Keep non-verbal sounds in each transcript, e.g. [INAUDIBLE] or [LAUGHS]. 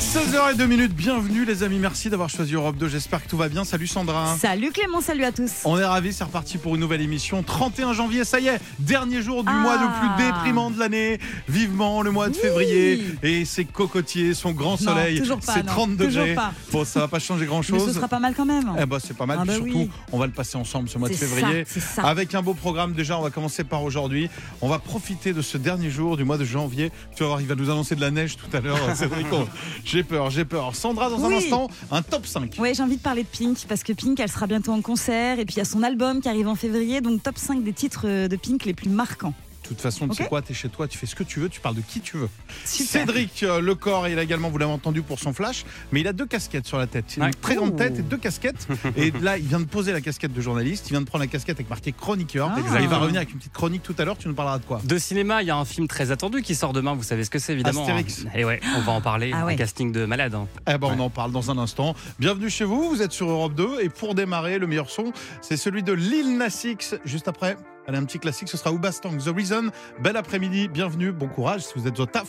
16h02 minutes, bienvenue les amis, merci d'avoir choisi Europe 2, j'espère que tout va bien, salut Sandra Salut Clément, salut à tous. Hein. on est ravis, c'est reparti pour une nouvelle émission. 31 janvier, ça y est, dernier jour du Ah. mois le plus déprimant de l'année. Vivement le mois de février et ses cocotiers, son grand Non, soleil, toujours pas, ses non, 30 toujours degrés. pas. Bon, ça va pas changer grand [LAUGHS] Mais ce chose. sera pas mal quand même. Eh ben, c'est pas mal, Ah puis bah surtout, oui. on va le passer ensemble ce mois de C'est ça, février. c'est ça. Avec un beau programme, déjà, on va commencer par aujourd'hui. On va profiter de ce dernier jour du mois de janvier. Tu vas voir, il va nous annoncer de la neige tout à l'heure, [LAUGHS] Cédric. Oh, J'ai peur, j'ai peur. Sandra, dans un Oui. instant, un top 5. Ouais, j'ai envie de parler de Pink parce que Pink, elle sera bientôt en concert et puis il y a son album qui arrive en février, donc top 5 des titres euh, de Pink les plus marquants. De toute façon, tu sais Ok. quoi, t'es chez toi, tu fais ce que tu veux, tu parles de qui tu veux. Super. Cédric euh, Lecor, il a également, vous l'avez entendu pour son flash, mais il a deux casquettes sur la tête. Il a Une très grande tête et deux casquettes. [LAUGHS] et là, il vient de poser la casquette de journaliste, il vient de prendre la casquette avec marqué chroniqueur. Ah. Et il va revenir avec une petite chronique tout à l'heure, tu nous parleras de quoi De cinéma, il y a un film très attendu qui sort demain, vous savez ce que c'est évidemment. Astérix. Et ouais, on va en parler, Ah ouais. un casting de malade. hein. Eh ben, on Ouais. en parle dans un instant. Bienvenue chez vous, vous êtes sur Europe 2 et pour démarrer, le meilleur son, c'est celui de Lil Nas X. Juste après, allez, un petit classique, ce sera Oubastang, The Reason. Bel après-midi, bienvenue, bon courage si vous êtes au taf.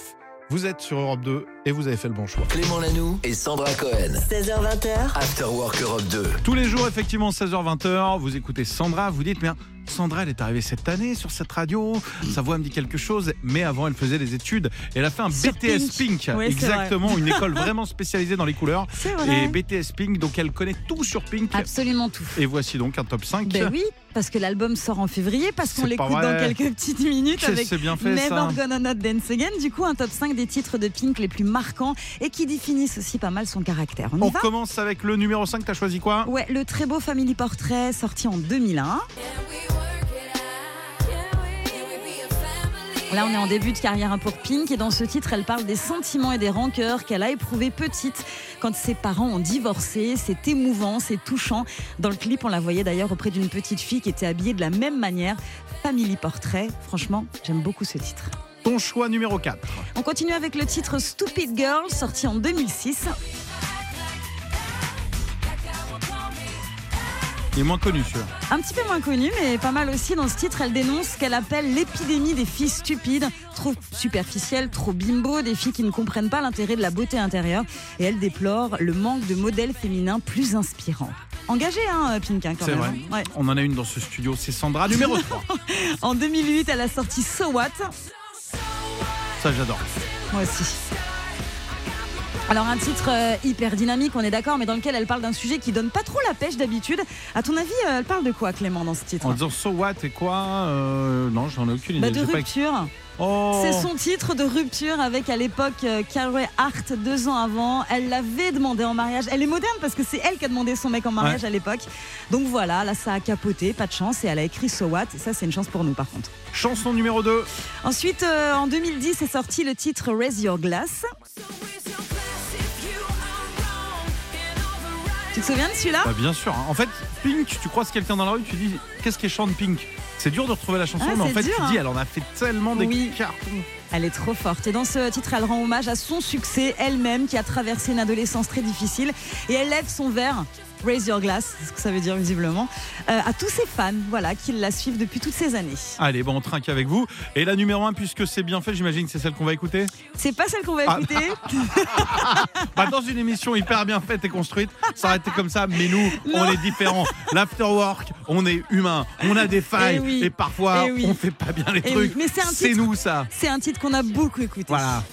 Vous êtes sur Europe 2 et vous avez fait le bon choix. Clément Lanoux et Sandra Cohen. 16h, 20h After Work Europe 2. Tous les jours, effectivement, 16h-20h, vous écoutez Sandra, vous dites, mais Sandra, elle est arrivée cette année sur cette radio, sa voix me dit quelque chose, mais avant, elle faisait des études, et elle a fait un Sur BTS Pink, Pink. Ouais, c'est exactement, une [LAUGHS] école vraiment spécialisée dans les couleurs, C'est et vrai. BTS Pink, donc elle connaît tout sur Pink, Absolument tout. et voici donc un top 5. Ben oui, parce que l'album sort en février, parce qu'on C'est pas l'écoute dans vrai. quelques petites minutes Qu'est-ce que avec c'est bien fait Never ça Gonna Not Dance Again, du coup un top 5 des titres de Pink les plus marquants et qui définissent aussi pas mal son caractère. On y On va commence avec le numéro 5, t'as choisi quoi Ouais, le très beau Family Portrait sorti en 2001. Là, on est en début de carrière hein, pour Pink et dans ce titre, elle parle des sentiments et des rancœurs qu'elle a éprouvés petite quand ses parents ont divorcé. C'est émouvant, c'est touchant. Dans le clip, on la voyait d'ailleurs auprès d'une petite fille qui était habillée de la même manière. Family Portrait, franchement, j'aime beaucoup ce titre. Ton choix numéro 4. On continue avec le titre Stupid Girl, sorti en 2006. Il est moins connu celui-là. Un petit peu moins connue, mais pas mal aussi. Dans ce titre, elle dénonce ce qu'elle appelle l'épidémie des filles stupides, trop superficielles, trop bimbo, des filles qui ne comprennent pas l'intérêt de la beauté intérieure. Et elle déplore le manque de modèles féminins plus inspirants. Engagée, hein, Pink, hein, quand C'est même. vrai. Ouais. On en a une dans ce studio, c'est Sandra, numéro [LAUGHS] 3. En 2008, elle a sorti So What. Ça j'adore. Moi aussi. Alors un titre euh, hyper dynamique, on est d'accord, mais dans lequel elle parle d'un sujet qui donne pas trop la pêche d'habitude. À ton avis, euh, elle parle de quoi, Clément, dans ce titre En disant so what et quoi euh, Non, j'en ai aucune idée. Bah, de j'ai pas- rupture. Oh C'est son titre de rupture avec à l'époque euh, Carey Hart deux ans avant. Elle l'avait demandé en mariage. Elle est moderne parce que c'est elle qui a demandé son mec en mariage à l'époque. Donc voilà, là ça a capoté, pas de chance. Et elle a écrit So What. Ça c'est une chance pour nous par contre. Chanson numéro 2. Ensuite, euh, en 2010 est sorti le titre Raise Your Glass. Tu te souviens de celui-là Bah, bien sûr. hein. En fait, Pink, tu croises quelqu'un dans la rue, tu dis qu'est-ce qu'elle chante Pink C'est dur de retrouver la chanson, Ah, mais en c'est fait, dur, tu hein. dis elle en a fait tellement des Oui. cartons. Elle est trop forte. Et dans ce titre, elle rend hommage à son succès elle-même qui a traversé une adolescence très difficile. Et elle lève son verre, Raise Your Glass, c'est ce que ça veut dire visiblement, euh, à tous ses fans voilà, qui la suivent depuis toutes ces années. Allez, bon, on trinque avec vous. Et la numéro 1, puisque c'est bien fait, j'imagine que c'est celle qu'on va écouter. C'est pas celle qu'on va Ah. [LAUGHS] écouter. Bah, dans une émission hyper bien faite et construite, ça aurait été comme ça, mais nous, on Non. est différents. L'afterwork, on est humain, on a des failles, Eh oui. et parfois, Eh oui. on fait pas bien les Eh trucs. oui, mais c'est un C'est titre. nous, ça. C'est un titre qu'on a beaucoup écouté. Voilà.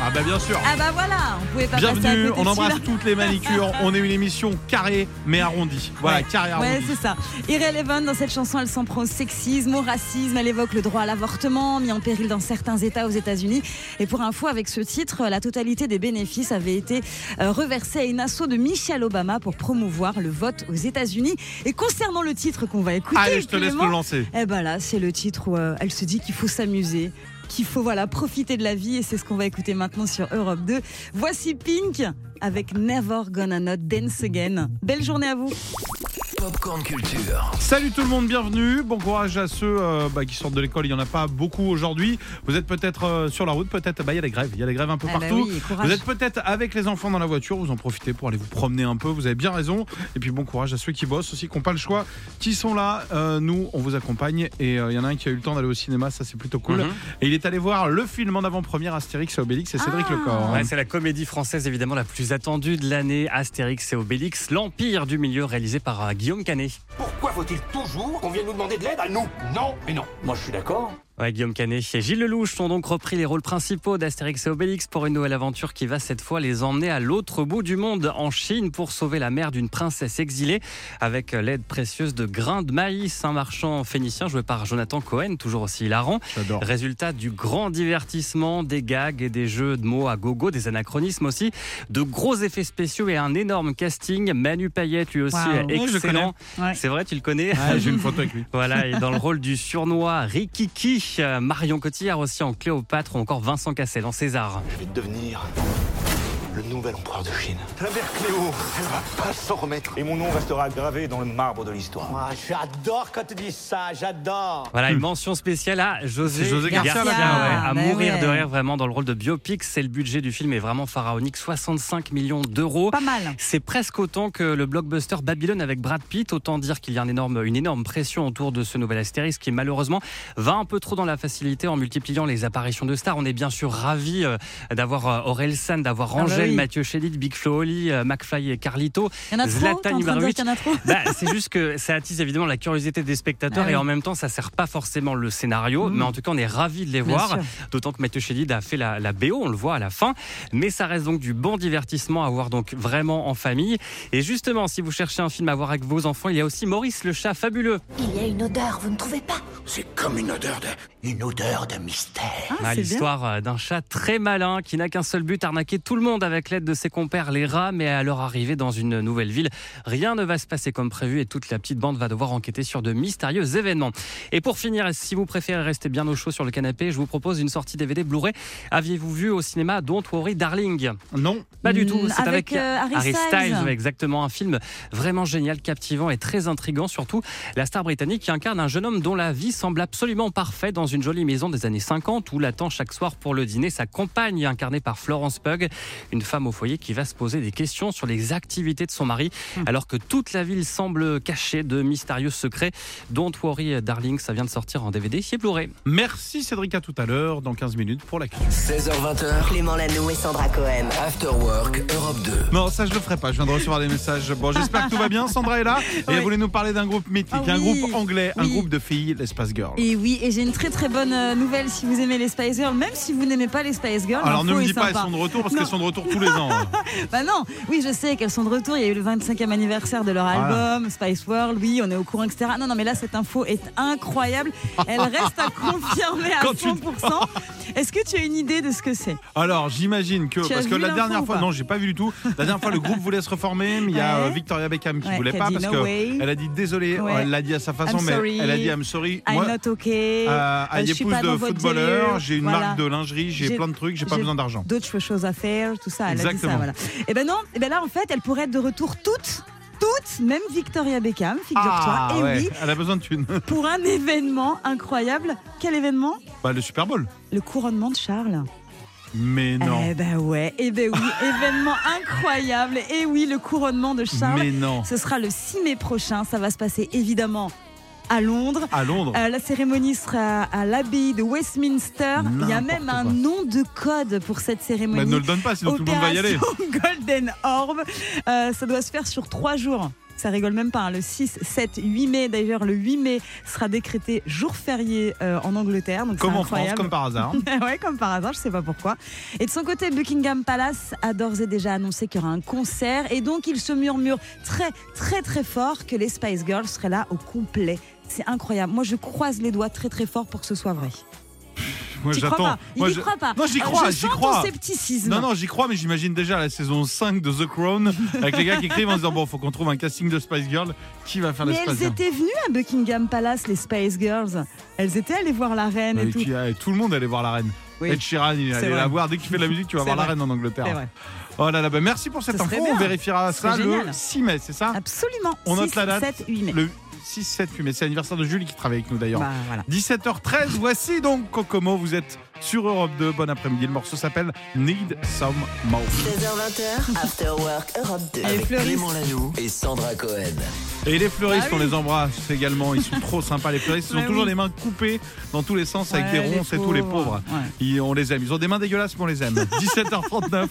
Ah, bah, bien sûr. Ah bah voilà, on pouvait pas passer à Bienvenue, on côté de celui-là. embrasse toutes les manicures. On est une émission carrée mais arrondie. Voilà, Ouais. carrée Ouais, arrondie. c'est ça. Irrelevant, dans cette chanson, elle s'en prend au sexisme, au racisme, elle évoque le droit à l'avortement, mis en péril dans certains États aux États-Unis. Et pour info, avec ce titre, la totalité des bénéfices avait été euh, reversée à une asso de Michelle Obama pour promouvoir le vote aux États-Unis. Et concernant le titre qu'on va écouter, Allez, je te laisse Clément, le lancer. eh ben là, c'est le titre où euh, elle se dit qu'il faut s'amuser, qu'il faut voilà profiter de la vie et c'est ce qu'on va écouter maintenant sur Europe 2. Voici Pink avec Never Gonna Not Dance Again. Belle journée à vous. Popcorn Culture. Salut tout le monde, bienvenue. Bon courage à ceux euh, bah, qui sortent de l'école. Il n'y en a pas beaucoup aujourd'hui. Vous êtes peut-être euh, sur la route, peut-être. Bah, il y a des grèves, il y a des grèves un peu Ah bah partout. oui, courage. vous êtes peut-être avec les enfants dans la voiture. Vous en profitez pour aller vous promener un peu. Vous avez bien raison. Et puis bon courage à ceux qui bossent aussi, qui n'ont pas le choix, qui sont là. Euh, nous, on vous accompagne. Et euh, il y en a un qui a eu le temps d'aller au cinéma. Ça, c'est plutôt cool. Mhm. Et il est allé voir le film en avant-première Astérix et Obélix et Cédric Ah. Lecor. Ouais, c'est la comédie française évidemment la plus attendue de l'année, Astérix et Obélix, l'Empire du Milieu, réalisé par euh, Guillaume Canet. Pourquoi faut-il toujours qu'on vienne nous demander de l'aide à nous Non, mais non. Moi, je suis d'accord. Ouais, Guillaume Canet et Gilles Lelouch ont donc repris les rôles principaux d'Astérix et Obélix pour une nouvelle aventure qui va cette fois les emmener à l'autre bout du monde, en Chine, pour sauver la mère d'une princesse exilée, avec l'aide précieuse de Grain de Maïs, un marchand phénicien joué par Jonathan Cohen, toujours aussi hilarant. J'adore. Résultat du grand divertissement, des gags et des jeux de mots à gogo, des anachronismes aussi, de gros effets spéciaux et un énorme casting. Manu Payet, lui aussi, Waouh. Oui, je excellent. connais. Ouais. C'est vrai, tu le connais Ah, J'ai une photo [LAUGHS] avec lui. voilà, et dans le rôle du surnois Rikiki, euh, Marion Cotillard aussi en Cléopâtre ou encore Vincent Cassel en César. Je vais devenir le nouvel empereur de Chine. La mère Cléo, elle va pas s'en remettre. et mon nom restera gravé dans le marbre de l'histoire. Ah, j'adore quand tu dis ça, j'adore. Voilà, Hmm. une mention spéciale à José, C'est José Garcia, là-bas. ouais, à Bah mourir ouais. de rire vraiment dans le rôle de biopic. C'est le budget du film est vraiment pharaonique, 65 millions d'euros. Pas mal. C'est presque autant que le blockbuster Babylone avec Brad Pitt. Autant dire qu'il y a un énorme, une énorme pression autour de ce nouvel Astérix qui, malheureusement, va un peu trop dans la facilité en multipliant les apparitions de stars. On est bien sûr ravis euh, d'avoir euh, Orelsan, d'avoir bah Angèle, oui. Mathieu Chédid, Big Flo Oli, euh, McFly et Carlito. Il y en a trop. Zlatan T'es en train de dire Ibrahimovic. qu'il y en a trop. Bah, c'est juste que ça attise évidemment la curiosité des spectateurs Ah oui. et en même temps ça sert pas forcément le scénario, Mmh. mais en tout cas on est ravis de les Bien voir, sûr. d'autant que Mathieu Chédid a fait la, la BO, on le voit à la fin, mais ça reste donc du bon divertissement à voir donc vraiment en famille. Et justement, si vous cherchez un film à voir avec vos enfants, il y a aussi Maurice le chat fabuleux. Il y a une odeur, vous ne trouvez pas C'est comme une odeur de... Une odeur de mystère. Ah, Ah, c'est bien. L'histoire euh, d'un chat très malin qui n'a qu'un seul but, arnaquer tout le monde avec l'aide de ses compères les rats, mais à leur arrivée dans une nouvelle ville, rien ne va se passer comme prévu et toute la petite bande va devoir enquêter sur de mystérieux événements. Et pour finir, si vous préférez rester bien au chaud sur le canapé, je vous propose une sortie DVD Blu-ray. Aviez-vous vu au cinéma Don't Worry Darling Non. Pas du Mm, tout, c'est avec, avec, euh, Harry Styles. ouais, exactement, un film vraiment génial, captivant et très intrigant surtout. La star britannique qui incarne un jeune homme dont la vie semble absolument parfaite dans une jolie maison des années 50 où l'attend chaque soir pour le dîner sa compagne incarnée par Florence Pug, une femme au foyer qui va se poser des questions sur les activités de son mari Mm. alors que toute la ville semble cachée de mystérieux secrets. Don't worry darling, ça vient de sortir en DVD et Blu-ray. Merci Cédric, à tout à l'heure, dans 15 minutes pour la culture. 16h20h, Clément Lano et Sandra Cohen. After Work Europe 2. Non, ça je le ferai pas. Je viens de recevoir des messages. Bon, j'espère que tout va bien. Sandra est là et elle Oui. voulait nous parler d'un groupe mythique, Ah un oui. groupe anglais, un Oui. groupe de filles, l'Espace Girl. Et oui, et j'ai une très très bonne euh, nouvelle si vous aimez les Spice Girls, même si vous n'aimez pas les Spice Girls. Alors ne l'info me est dis pas, elles sympa. sont de retour parce Non. qu'elles sont de retour tous les [LAUGHS] ans. Bah non, oui, je sais qu'elles sont de retour. Il y a eu le 25e anniversaire de leur Voilà. album, Spice World, oui, on est au courant, etc. Non, non, mais là, cette info est incroyable. [LAUGHS] Elle reste à confirmer à Quand tu- 100%. Est-ce que tu as une idée de ce que c'est Alors j'imagine que Tu as parce que vu la l'info dernière ou fois, pas non, j'ai pas vu du tout. La dernière fois, le groupe voulait se reformer, mais il y a Ouais. euh, Victoria Beckham qui Ouais, voulait qui a pas dit parce no que way. elle a dit désolé. Ouais. Elle l'a dit à sa façon, I'm mais sorry. elle a dit I'm sorry. I'm Moi, not OK. euh, à euh, je suis épouse pas de dans votre footballeur, délire. j'ai une Voilà. marque de lingerie, j'ai plein de trucs, j'ai pas besoin d'argent. D'autres choses à faire, tout ça. Elle a dit Exactement. ça, voilà. Et ben non, et ben là en fait, elle pourrait être de retour toutes, toutes, même Victoria Beckham, figure-toi. Ah, et ouais, eh oui, elle a besoin de thunes. [LAUGHS] pour un [LAUGHS] événement incroyable. Quel événement Bah, le Super Bowl. Le couronnement de Charles. Mais non. Eh ben ouais, eh ben [LAUGHS] oui, événement incroyable. Et oui, le couronnement de Charles. Mais non. Ce sera le 6 mai prochain. Ça va se passer évidemment à Londres. À Londres. Euh, la cérémonie sera à l'abbaye de Westminster. Il y a même N'importe un quoi. nom de code pour cette Bah, cérémonie. ne le donne pas, sinon tout le monde va y aller. Opération [LAUGHS] Golden Orb. Euh, ça doit se faire sur trois jours. Ça rigole même pas. hein. Le 6, 7, 8 mai. D'ailleurs, le 8 mai sera décrété jour férié euh, en Angleterre. Donc [LAUGHS] Comme c'est en France, incroyable. comme par hasard. [LAUGHS] ouais, comme par hasard, je sais pas pourquoi. Et de son côté, Buckingham Palace a d'ores et déjà annoncé qu'il y aura un concert. Et donc, il se murmure très, très, très fort que les Spice Girls seraient là au complet. C'est incroyable. Moi, je croise les doigts très, très fort pour que ce soit vrai. Moi, J'y crois j'attends. pas. Il Moi, n'y je- croit pas. Non, j'y Euh, crois, je j'y sens crois. ton scepticisme. Non, non, j'y crois, mais j'imagine déjà la saison 5 de The Crown avec les gars qui écrivent en se disant Bon, faut qu'on trouve un casting de Spice Girl. Qui va faire les Mais Spice elles Girls étaient venues à Buckingham Palace, les Spice Girls. Elles étaient allées voir la reine et Bah, Et tout. puis, euh, tout le monde allait voir la reine. Oui. Ed Sheeran, il C'est allait vrai. [LAUGHS] la voir. Dès qu'il fait de la musique, tu vas C'est voir la vrai. reine en C'est Angleterre. vrai. Oh là là, bah merci pour cette Ce info. serait On bien. vérifiera Ce serait ça le génial. 6 mai, c'est ça Absolument. Ah, On note 6, la date. 7, 8 mai. Le 6, 7, 8 mai. C'est l'anniversaire de Julie qui travaille avec nous d'ailleurs. Bah, voilà. 17h13, voici donc Kokomo. Vous êtes sur Europe 2. Bon après-midi. Le morceau s'appelle Need Some More. 16h20, After Work Europe 2. Allez, Avec fleuriste. Clément Lanoux et Sandra Cohen. Et les fleuristes, Ah oui. on les embrasse également. Ils sont trop sympas. Les fleuristes, ils ont Ouais, toujours oui. les mains coupées dans tous les sens avec Ouais, des les ronces et tout, les pauvres. pauvres. Ouais. Ils- on les aime. Ils ont des mains dégueulasses, mais on [LAUGHS] les aime. 17h39,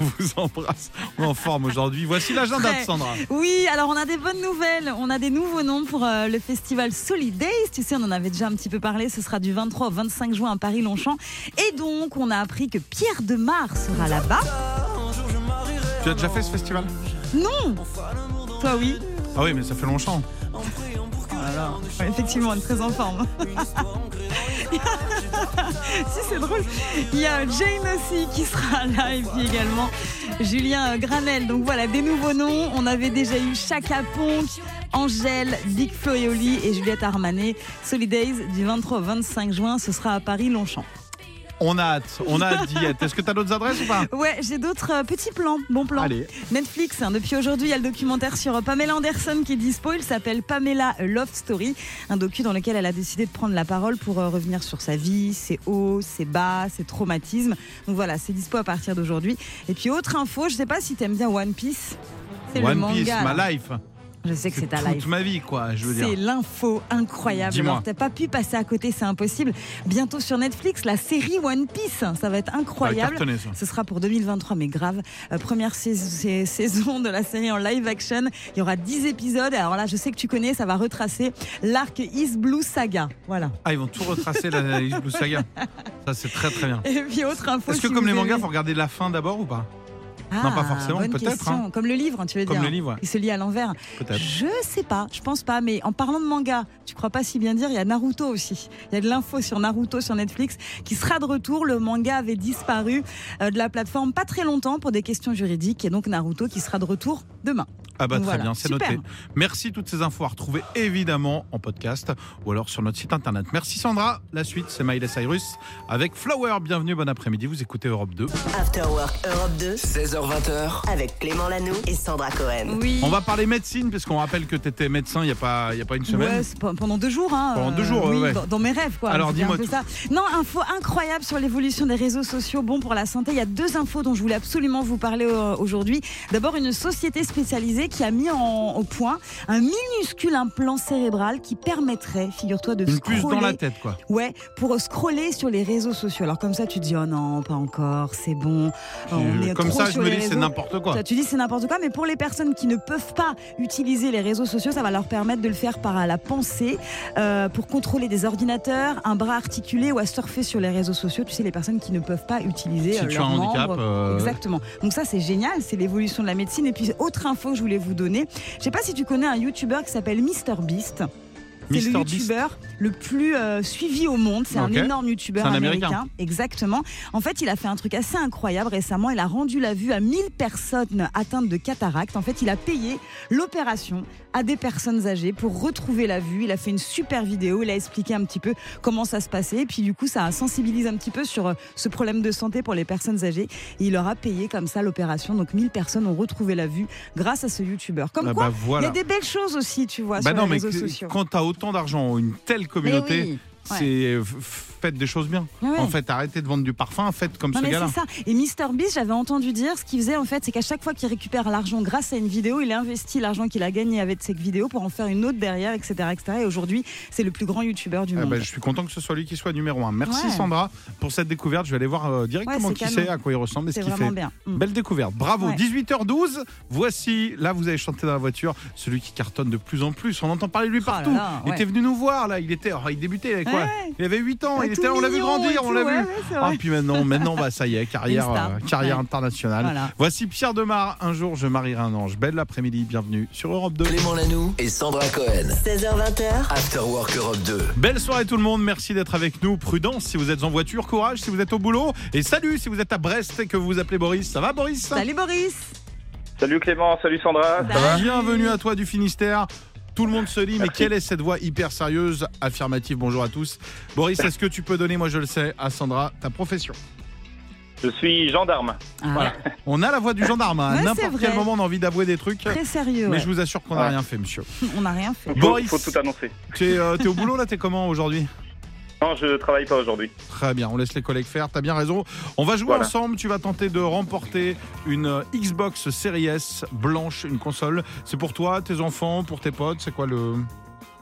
on vous embrasse. On est en forme aujourd'hui. Voici l'agenda de Prêt. Sandra. Oui, alors on a des bonnes nouvelles. On a des nouveaux noms pour euh, le festival Solid Days. Tu sais, on en avait déjà un petit peu parlé. Ce sera du 23 au 25 juin à Paris-Longchamp. Et donc, on a appris que Pierre Demar sera là-bas. Tu as déjà fait ce festival Non Toi, oui. Ah oui, mais ça fait longtemps. Ouais, effectivement, on est très en forme. [LAUGHS] si c'est drôle. Il y a Jane aussi qui sera là et puis également Julien euh, Granel. Donc voilà, des nouveaux noms. On avait déjà eu Chaka Ponk, Angèle, Big Flo et Oli et Juliette Armanet. Solidays du 23 au 25 juin, ce sera à Paris Longchamp. On a hâte, on a hâte d'y être. Est-ce que tu as d'autres adresses ou pas Ouais, j'ai d'autres euh, petits plans, bons plans. Allez. Netflix, hein, depuis aujourd'hui, il y a le documentaire sur euh, Pamela Anderson qui est dispo. Il s'appelle Pamela euh, Love Story, un docu dans lequel elle a décidé de prendre la parole pour euh, revenir sur sa vie, ses hauts, ses bas, ses traumatismes. Donc voilà, c'est dispo à partir d'aujourd'hui. Et puis autre info, je sais pas si t'aimes bien One Piece. C'est le One manga, Piece, là. ma life. Je sais que c'est ta toute life. ma vie, quoi, je veux C'est dire. l'info incroyable. Dis-moi. Alors, t'as pas pu passer à côté, c'est impossible. Bientôt sur Netflix, la série One Piece. hein, Ça va être Ça va incroyable. cartonner, ça. Ce sera pour 2023, mais grave. Euh, première saison, c'est- saison de la série en live action. Il y aura 10 épisodes. Et Alors là, je sais que tu connais, ça va retracer l'arc East Blue Saga. Voilà. [LAUGHS] Ah, ils vont tout retracer, la East Blue Saga. Ça, c'est très, très bien. Et puis, autre info. Est-ce que, si comme vous les mangas, aimez- faut regarder la fin d'abord ou pas Ah, Non, pas forcément, bonne peut-être, hein. question. Comme le livre, hein, tu veux Comme dire. le livre, ouais. Il se lit à l'envers. Peut-être. Je sais pas, je pense pas, mais en parlant de manga, tu crois pas si bien dire, il y a Naruto aussi. Il y a de l'info sur Naruto sur Netflix qui sera de retour. Le manga avait disparu euh, de la plateforme pas très longtemps pour des questions juridiques et donc Naruto qui sera de retour demain. Ah bah très Voilà, bien, c'est super. noté. Merci toutes ces infos à retrouver évidemment en podcast ou alors sur notre site internet. Merci Sandra. La suite c'est Miley Cyrus avec Flower. Bienvenue, bon après-midi. Vous écoutez Europe 2. After Work Europe 2 16h20h, avec Clément Lanoux et Sandra Cohen. Oui. On va parler médecine puisqu'on rappelle que tu étais médecin il y a pas il y a pas une semaine. Ouais, c'est pe- pendant deux jours. Hein, Pendant euh, deux jours, oui, ouais. dans, dans mes rêves, quoi. Alors, C'était un dis-moi peu tout. ça. Non, info incroyable sur l'évolution des réseaux sociaux, bon pour la santé. Il y a deux infos dont je voulais absolument vous parler euh, aujourd'hui. D'abord, une société spécialisée qui a mis en, au point un minuscule implant cérébral qui permettrait, figure-toi, de une puce dans la scroller- tête quoi. Ouais, pour scroller sur les réseaux sociaux. Alors comme ça, tu te dis oh non, pas encore, c'est bon. On Euh, est Comme trop ça je sur me les dis c'est réseaux. n'importe quoi. Ça, tu dis c'est n'importe quoi, mais pour les personnes qui ne peuvent pas utiliser les réseaux sociaux, ça va leur permettre de le faire par la pensée, euh, pour contrôler des ordinateurs, un bras articulé ou à surfer sur les réseaux sociaux. Tu sais, les personnes qui ne peuvent pas utiliser Si euh, tu as leurs un handicap, membres. euh, Exactement. Donc ça c'est génial, c'est l'évolution de la médecine. Et puis autre info que je voulais vous donner, je sais pas si tu connais un youtubeur qui s'appelle Mister Beast. C'est le Mr Beast. youtubeur le plus euh, suivi au monde. C'est Ok. un énorme youtubeur C'est un américain. Américain. Exactement. En fait, il a fait un truc assez incroyable récemment. Il a rendu la vue à 1000 personnes atteintes de cataracte. En fait, il a payé l'opération à des personnes âgées pour retrouver la vue. Il a fait une super vidéo. Il a expliqué un petit peu comment ça se passait. Et puis, du coup, ça sensibilise un petit peu sur euh, ce problème de santé pour les personnes âgées. Et il leur a payé comme ça l'opération. Donc, 1000 personnes ont retrouvé la vue grâce à ce youtubeur. Comme Ah quoi, bah voilà. il y a des belles choses aussi, tu vois, Bah sur non les mais réseaux que- sociaux. quand t'as autant d'argent une telle communauté Mais oui. Ouais. c'est f- faites des choses bien. Ouais. En fait arrêtez de vendre du parfum, faites comme Non ce mais gars-là. c'est ça. Et Mr Beast, j'avais entendu dire ce qu'il faisait en fait, c'est qu'à chaque fois qu'il récupère l'argent grâce à une vidéo, il investit l'argent qu'il a gagné avec cette vidéo pour en faire une autre derrière, etc., etc. Et aujourd'hui, c'est le plus grand youtubeur du Eh monde. ben, je suis content que ce soit lui qui soit numéro 1. Merci Ouais. Sandra pour cette découverte. Je vais aller voir euh, directement Ouais, qui c'est c'est, canon. à quoi il ressemble et ce c'est qu'il vraiment fait. bien. Mm. Belle découverte. Bravo. Ouais. 18h12. Voici, là, vous avez chanté dans la voiture, celui qui cartonne de plus en plus. On entend parler de lui Oh là partout. là, Il ouais. était venu nous voir, là. Il était, oh, il débutait, il avait quoi Ouais. Il avait 8 ans. Ouais, il tout était, on l'a vu mignon et grandir, on l'a tout, ouais, vu. ouais, c'est Ah, vrai. puis maintenant, maintenant, bah, ça y [LAUGHS] est, carrière, Une star. euh, carrière Ouais. internationale. Voilà. Voici Pierre Demar. Un jour, je marierai un ange. Belle après-midi. Bienvenue sur Europe 2. Clément Lanoux et Sandra Cohen. 16h20, After Work Europe 2. Belle soirée tout le monde, merci d'être avec nous. Prudence si vous êtes en voiture, courage si vous êtes au boulot. Et salut si vous êtes à Brest et que vous vous appelez Boris. Ça va Boris Salut Boris. Salut Clément, salut Sandra. Bienvenue à toi du Finistère. Tout le monde se lit, mais quelle est cette voix hyper sérieuse Affirmative, bonjour à tous. Boris, est-ce que tu peux donner, moi je le sais, à Sandra ta profession Je suis gendarme. Ah, Voilà. On a la voix du gendarme. hein. À Ouais, c'est n'importe quel vrai. moment, on a envie d'avouer des trucs. Très sérieux. Mais ouais. je vous assure qu'on n'a Ouais. rien fait, monsieur. On n'a rien fait. Faut, Boris. faut tout annoncer. T'es euh, t'es au boulot là T'es comment aujourd'hui Non, je travaille pas aujourd'hui. Très bien, on laisse les collègues faire. T'as bien raison. On va jouer Voilà. ensemble. Tu vas tenter de remporter une euh, Xbox Series S blanche, une console. C'est pour toi, tes enfants, pour tes potes. C'est quoi le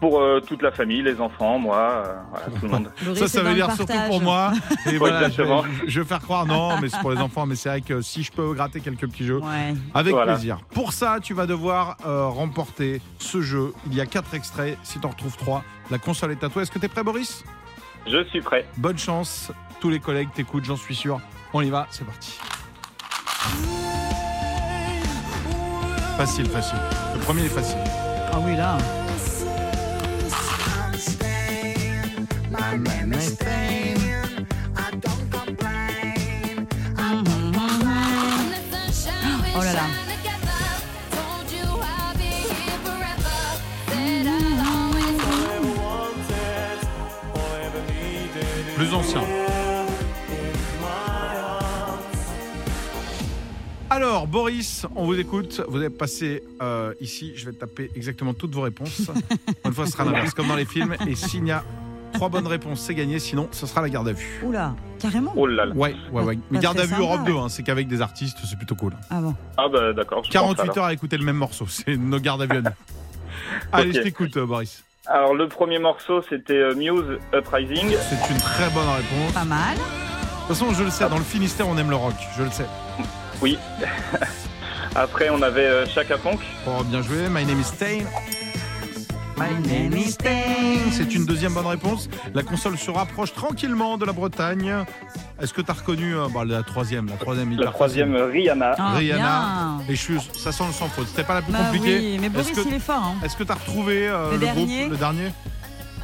Pour euh, toute la famille, les enfants, moi, euh, voilà, tout le [LAUGHS] monde. Boris Ça, est ça dans veut le dire surtout partage. pour [LAUGHS] moi. Et voilà, je, vais, exactement. je vais faire croire, non, mais c'est pour les enfants, mais c'est vrai que si je peux gratter quelques petits jeux, Ouais. avec Voilà. plaisir. Pour ça, tu vas devoir euh, remporter ce jeu. Il y a quatre extraits, si t'en retrouves trois, la console est à toi. Est-ce que t'es prêt, Boris Je suis prêt. Bonne chance, tous les collègues t'écoutent, j'en suis sûr. On y va, c'est parti. Facile, facile. Le premier est facile. Ah oui, là. Oh là là. Plus ancien. Alors, Boris, on vous écoute. Vous avez passé euh, ici. Je vais taper exactement toutes vos réponses. [LAUGHS] Une fois, ce sera l'inverse comme dans les films. Et s'il y a trois bonnes réponses, c'est gagné. Sinon, ce sera la garde à vue. Oula, carrément. Oh là là. Ouais, ouais, ouais. Mais Pas garde à très vue sympa. Europe 2, hein, c'est qu'avec des artistes, c'est plutôt cool. Ah bon. Ah bah d'accord. je pense 48 alors. heures à écouter le même morceau. C'est nos gardes à [LAUGHS] vue. à nous. Allez, je Ok. t'écoute, euh, Boris. Alors le premier morceau, c'était euh, Muse Uprising. C'est une très bonne réponse. Pas mal. De toute façon, je le sais, dans le Finistère, on aime le rock. Je le sais. Oui. Après, on avait euh, Chaka Ponk. Oh, bien joué. My name is Stain. My name is Stain. C'est une deuxième bonne réponse. La console se rapproche tranquillement de la Bretagne. Est-ce que t'as reconnu euh, bah, la troisième La troisième, hyper La troisième, euh, Rihanna. Ah, Rihanna. bien. facile. Et je suis- ça sent le sans faute. C'était pas la plus Bah compliquée. oui, mais Boris, Est-ce que il est fort. hein. est-ce que t'as retrouvé euh, Le le, groupe, dernier le dernier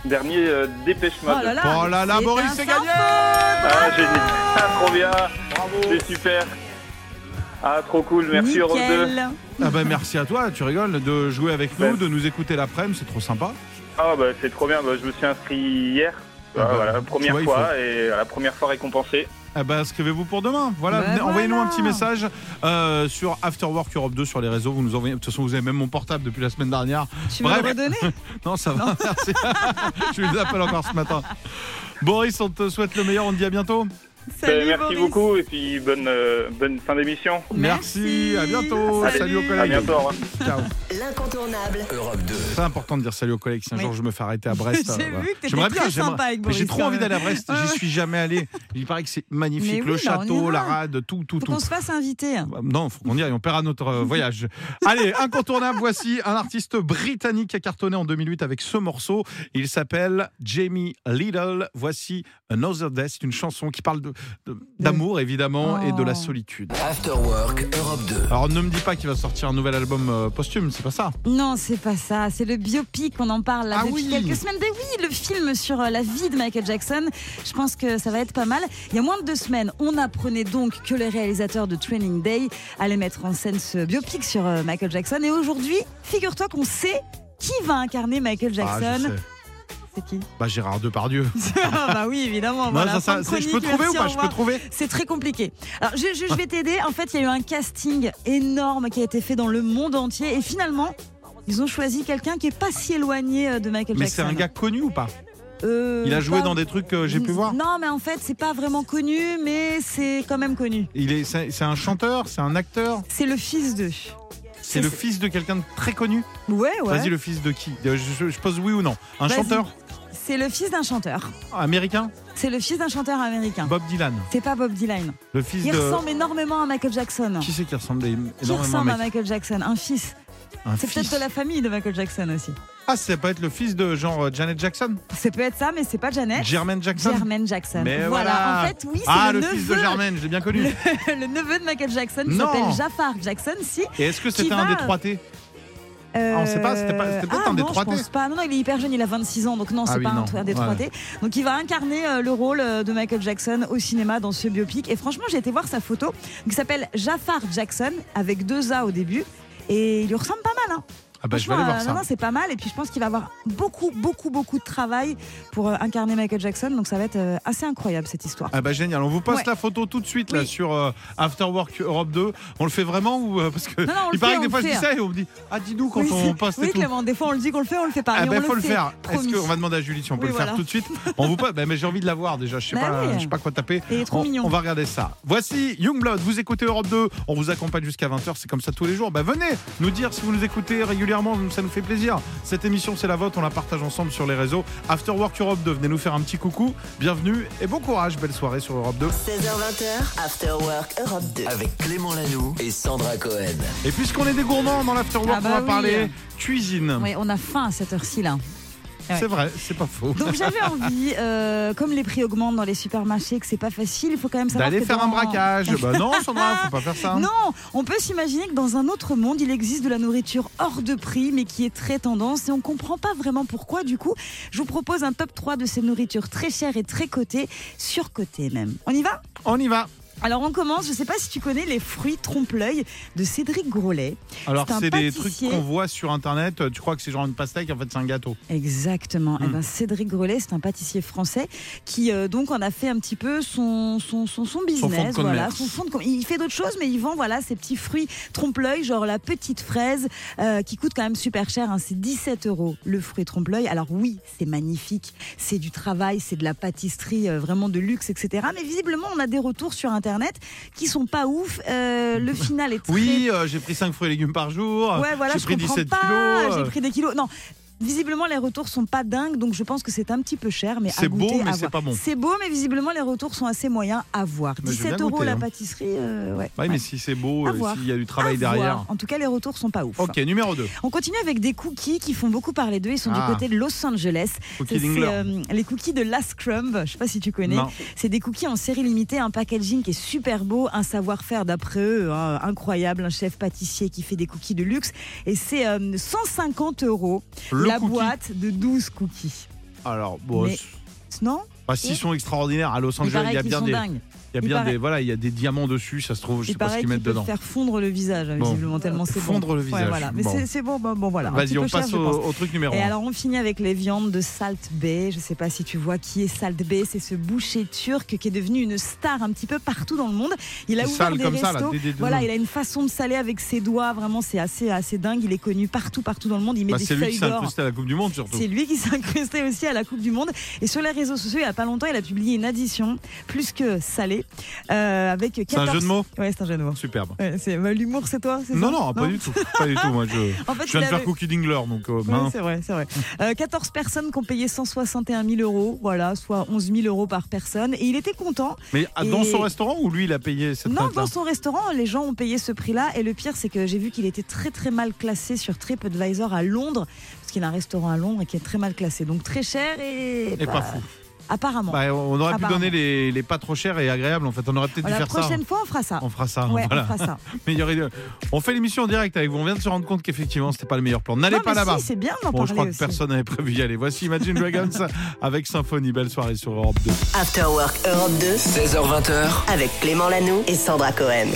Dernier, euh, Dépêche Mode. Oh là là. Oh là là, c'est Boris, un c'est sans gagné faute. Ah, génial. Ah, trop bien. C'est super. Ah, trop cool. Merci Europe 2. Nickel. Ah bah merci à toi, tu rigoles, de jouer avec nous, Ouais. de nous écouter l'après-midi, c'est trop sympa. Ah bah c'est trop bien, Bah, je me suis inscrit hier. Ah bah, Ah, voilà, tu première vois, il fois et euh, la première fois récompensée. Ah bah inscrivez-vous pour demain. Voilà, Bah venez- envoyez-nous un voilà. petit message euh, sur Afterwork Europe 2 sur les réseaux. Vous nous envoyez. De toute façon, vous avez même mon portable depuis la semaine dernière. Tu veux Bref. le redonner Non, ça va. Merci. [LAUGHS] Je les appelle encore ce matin. Boris, on te souhaite le meilleur. On te dit à bientôt. Euh, Ben, Salut, merci Boris. beaucoup et puis bonne, euh, bonne fin d'émission. Merci. Merci. À bientôt. Salut, Salut. aux À collègues. bientôt. au revoir. Ciao. L'incontournable. Europe 2. C'est important de dire salut aux collègues. Si un Oui. jour je me fais arrêter à Brest, [LAUGHS] euh, J'ai vu voilà. que t'étais j'aimerais très bien. j'aimerais- sympa avec Mais j'ai Boris, trop envie ouais. d'aller à Brest. Ouais, J'y ouais. suis jamais allé. Il paraît que c'est magnifique. Mais le oui, bah, on château, ira. la rade, tout, tout, Faut tout. qu'on se fasse inviter. Bah, Non, faut qu'on y aille, on paiera notre euh, voyage. [LAUGHS] Allez, incontournable, voici un artiste britannique qui a cartonné en 2008 avec ce morceau. Il s'appelle Jamie Lidl. Voici Another Death, c'est une chanson qui parle de- de- d'amour, évidemment, et de la Oh. solitude. After Work Europe 2. Alors ne me dis pas qu'il va sortir un nouvel album euh, posthume, c'est pas ça Non, c'est pas ça. C'est le biopic. On en parle là, Ah depuis oui. quelques semaines. Mais oui, le film sur euh, la vie de Michael Jackson. Je pense que ça va être pas mal. Il y a moins de deux semaines, on apprenait donc que les réalisateurs de Training Day allaient mettre en scène ce biopic sur euh, Michael Jackson. Et aujourd'hui, figure-toi qu'on sait qui va incarner Michael Ah, je Jackson. sais. c'est qui [LAUGHS] Bah Gérard Depardieu. Ah Bah oui, évidemment. Non, [LAUGHS] voilà, ça, ça, fin de c'est- je peux chronique, trouver ou merci, pas au Je peux revoir. trouver C'est très compliqué. Alors, je, je- je vais t'aider. En fait, il y a eu un casting énorme qui a été fait dans le monde entier. Et finalement, ils ont choisi quelqu'un qui est pas si éloigné euh, de Michael Mais c'est Jackson. un gars connu ou pas Euh, Il a joué pas- dans des trucs que j'ai pu voir Non, mais en fait, c'est pas vraiment connu, mais c'est quand même connu. Il est, c'est c'est un chanteur, c'est un acteur, C'est le fils de. c'est le fils de quelqu'un de très connu. Ouais, ouais. Vas-y, le fils de qui Euh, je, je- je pose oui ou non. Un Vas-y. chanteur C'est le fils d'un chanteur. américain C'est le fils d'un chanteur américain. Bob Dylan. C'est pas Bob Dylan. Le fils Il de. ressemble énormément à Michael Jackson. Qui c'est qui ressemble des- énormément Qui ressemble à à un mec Michael Jackson Un fils. Un C'est fils. peut-être de la famille de Michael Jackson aussi. Ah, ça peut être le fils de genre euh, Janet Jackson Ça peut être ça, mais c'est pas Janet. Jermaine Jackson Jermaine Jackson. Mais Hein voilà. voilà. En fait, oui, c'est Ah, le, le, fils de neveu- Jermaine, je l'ai bien connu. [LAUGHS] le neveu de Michael Jackson qui Non. s'appelle Jafar Jackson, si. Et est-ce que c'était Qui un va- des trois T Euh, Ah, on sait pas, c'était pas- c'était peut-être ah un des non, trois je T. pense pas. Non, non, il est hyper jeune, il a 26 ans, donc non, c'est Ah oui, pas non. un des Ouais. 3D. Donc il va incarner euh, le rôle euh, de Michael Jackson au cinéma dans ce biopic. Et franchement, j'ai été voir sa photo, donc, il s'appelle Jafar Jackson, avec deux A au début. Et il lui ressemble pas mal. Hein. Ah bah, je vais aller Franchement, voir euh, ça. non, non, c'est pas mal. Et puis je pense qu'il va avoir beaucoup, beaucoup, beaucoup de travail pour euh, incarner Michael Jackson. Donc ça va être euh, assez incroyable cette histoire. Ah bah génial, on vous passe Ouais. la photo tout de suite là Oui. sur euh, After Work Europe 2. On le fait vraiment ou euh, parce que Non, non, on il le paraît fait, que des on fois le je dis fait. hein. ça et on me dit ah dis-nous quand oui, on c'est- passe et oui, tout. Clément, des fois on le dit qu'on le fait, on le fait pas. Ah mais ben on faut le fait, faire. Est-ce promis. qu'on va demander à Julie si on peut Oui, le faire voilà. tout de suite On vous passe. Ben, mais j'ai envie de la voir déjà. Je sais Bah pas, oui. je sais pas quoi taper. Il est trop on, mignon. on va regarder ça. Voici Youngblood. Vous écoutez Europe 2. On vous accompagne jusqu'à 20h. C'est comme ça tous les jours. Ben venez nous dire si vous nous écoutez régulièrement. Ça nous fait plaisir. Cette émission c'est la vôtre. On la partage ensemble sur les réseaux. After Work Europe 2. Venez nous faire un petit coucou. Bienvenue et bon courage. Belle soirée sur Europe 2. 16h20h, After Work Europe 2. Avec Clément Lanoux et Sandra Cohen. Et puisqu'on est des gourmands dans l'After Work, Ah bah on va oui. parler cuisine. Ouais, on a faim à cette heure-ci là. C'est vrai, c'est pas faux. Donc j'avais envie, euh, comme les prix augmentent dans les supermarchés, que c'est pas facile, il faut quand même savoir. D'aller que faire un dans- braquage. bah non, Sandra, faut pas faire ça. [LAUGHS] Non, on peut s'imaginer que dans un autre monde, il existe de la nourriture hors de prix, mais qui est très tendance, et on comprend pas vraiment pourquoi. Du coup, je vous propose un top 3 de ces nourritures très chères et très cotées, surcotées même. On y va On y va. Alors on commence, je sais pas si tu connais les fruits trompe-l'œil de Cédric Grolet. Alors C'est un c'est des trucs pâtissier. qu'on voit sur internet, euh, tu crois que c'est genre une pastèque, en fait c'est un gâteau. Exactement. Eh Mm. ben, Cédric Grolet, c'est un pâtissier français qui euh, donc en a fait un petit peu son son, son, son fonds de business, voilà, commerce. son fonds de com- Il fait d'autres choses, mais il vend voilà ces petits fruits trompe-l'œil, genre la petite fraise euh, qui coûte quand même super cher. hein. c'est 17 euros le fruit trompe-l'œil. Alors oui, c'est magnifique, c'est du travail, c'est de la pâtisserie euh, vraiment de luxe, etc. Mais visiblement, on a des retours sur internet qui sont pas ouf. Euh, le final est très Oui, euh, j'ai pris 5 fruits et légumes par jour, Ouais, voilà, Ah, j'ai je pris comprends 17 pas, kilos. euh, J'ai pris des kilos. Non. Visiblement, les retours sont pas dingues, donc je pense que c'est un petit peu cher, mais à C'est beau, goûter, mais à c'est voir. pas bon. C'est beau, mais visiblement, les retours sont assez moyens à voir. Mais je vais 17 bien euros goûter, la hein. pâtisserie, euh, ouais. Ouais, Ouais. mais si c'est beau, À euh, voir. s'il y a du À travail voir. derrière. En tout cas, les retours sont pas ouf. Ok, numéro 2. On continue avec des cookies qui font beaucoup parler d'eux. Ils sont Ah. du côté de Los Angeles. Cookie Ça, Dingler. euh, les cookies de Last Crumb. Je sais pas si tu connais. Non. C'est des cookies en série limitée, un packaging qui est super beau, un savoir-faire d'après eux hein, incroyable, un chef pâtissier qui fait des cookies de luxe. Et c'est euh, 150 euros Le la cookie. boîte de 12 cookies. Alors, bon, Mais- c'est- Non bah, s'ils sont extraordinaires à Los Il Angeles, il y paraît a qu'ils bien sont des dingues. il y a bien Il des paraît- voilà, il y a des diamants dessus, ça se trouve, je Il sais pas ce paraît qu'ils qu'ils mettent peuvent dedans. faire fondre le visage, hein, Bon. visiblement, tellement c'est bon. Fondre le Ouais, visage, voilà. Mais bon. c'est- c'est bon, bon, bon, voilà. Un petit Vas-y, peu on cher, passe je au, pense. au truc numéro Et 1. alors on finit avec les viandes de Salt Bay. Je sais pas si tu vois qui est Salt Bay, c'est ce boucher turc qui est devenu une star un petit peu partout dans le monde. Il a Il ouvert sale des comme ça, restos. là, des- des- des- voilà, il a une façon de saler avec ses doigts. Vraiment, c'est assez assez dingue. Il est connu partout partout dans le monde. Il met Bah, des c'est lui qui feuilles s'est d'or. incrusté à la Coupe du Monde surtout. C'est lui qui [LAUGHS] s'est incrusté aussi à la Coupe du Monde. Et sur les réseaux sociaux, il y a pas longtemps, il a publié une addition plus que salée euh, avec 14. C'est un jeu de mots Ouais, c'est un jeu de mots. Superbe. Ouais, c'est- bah, L'humour, c'est toi c'est Non, ça non, pas du tout. Pas du tout. Moi, je, En fait, je viens il de faire avait- Cookie Dingler, donc euh, Ouais, mince. c'est vrai, c'est vrai. Euh, 14 personnes qui ont payé 161 000 euros, voilà, soit 11 000 euros par personne. Et il était content. Mais ah, dans Et- son restaurant ou lui il a payé cette Non, note dans son restaurant, les gens ont payé ce prix-là. Et le pire, c'est que j'ai vu qu'il était très très mal classé sur TripAdvisor à Londres, parce qu'il a un restaurant à Londres et qui est très mal classé. Donc très cher et, Et bah, pas fou. Apparemment. Bah, on aurait pu Apparemment. donner les, les pas trop chers et agréables en fait. On aurait peut-être Voilà, dû Ah faire Oh, la ça. hein. prochaine fois, on fera ça. On fera ça. hein, Ouais, voilà. on [LAUGHS] fera [LAUGHS] ça. Mais il y aurait- On fait l'émission en direct avec vous. On vient de se rendre compte qu'effectivement c'était pas le meilleur plan. N'allez Non, pas mais là-bas. si, c'est bien d'en Bon, je parler crois que aussi. personne n'avait prévu y aller. Voici Imagine Dragons [LAUGHS] avec Symphonie. Belle soirée sur Europe 2. After Work Europe 2 16h20h, avec Clément Lanoux et Sandra Cohen.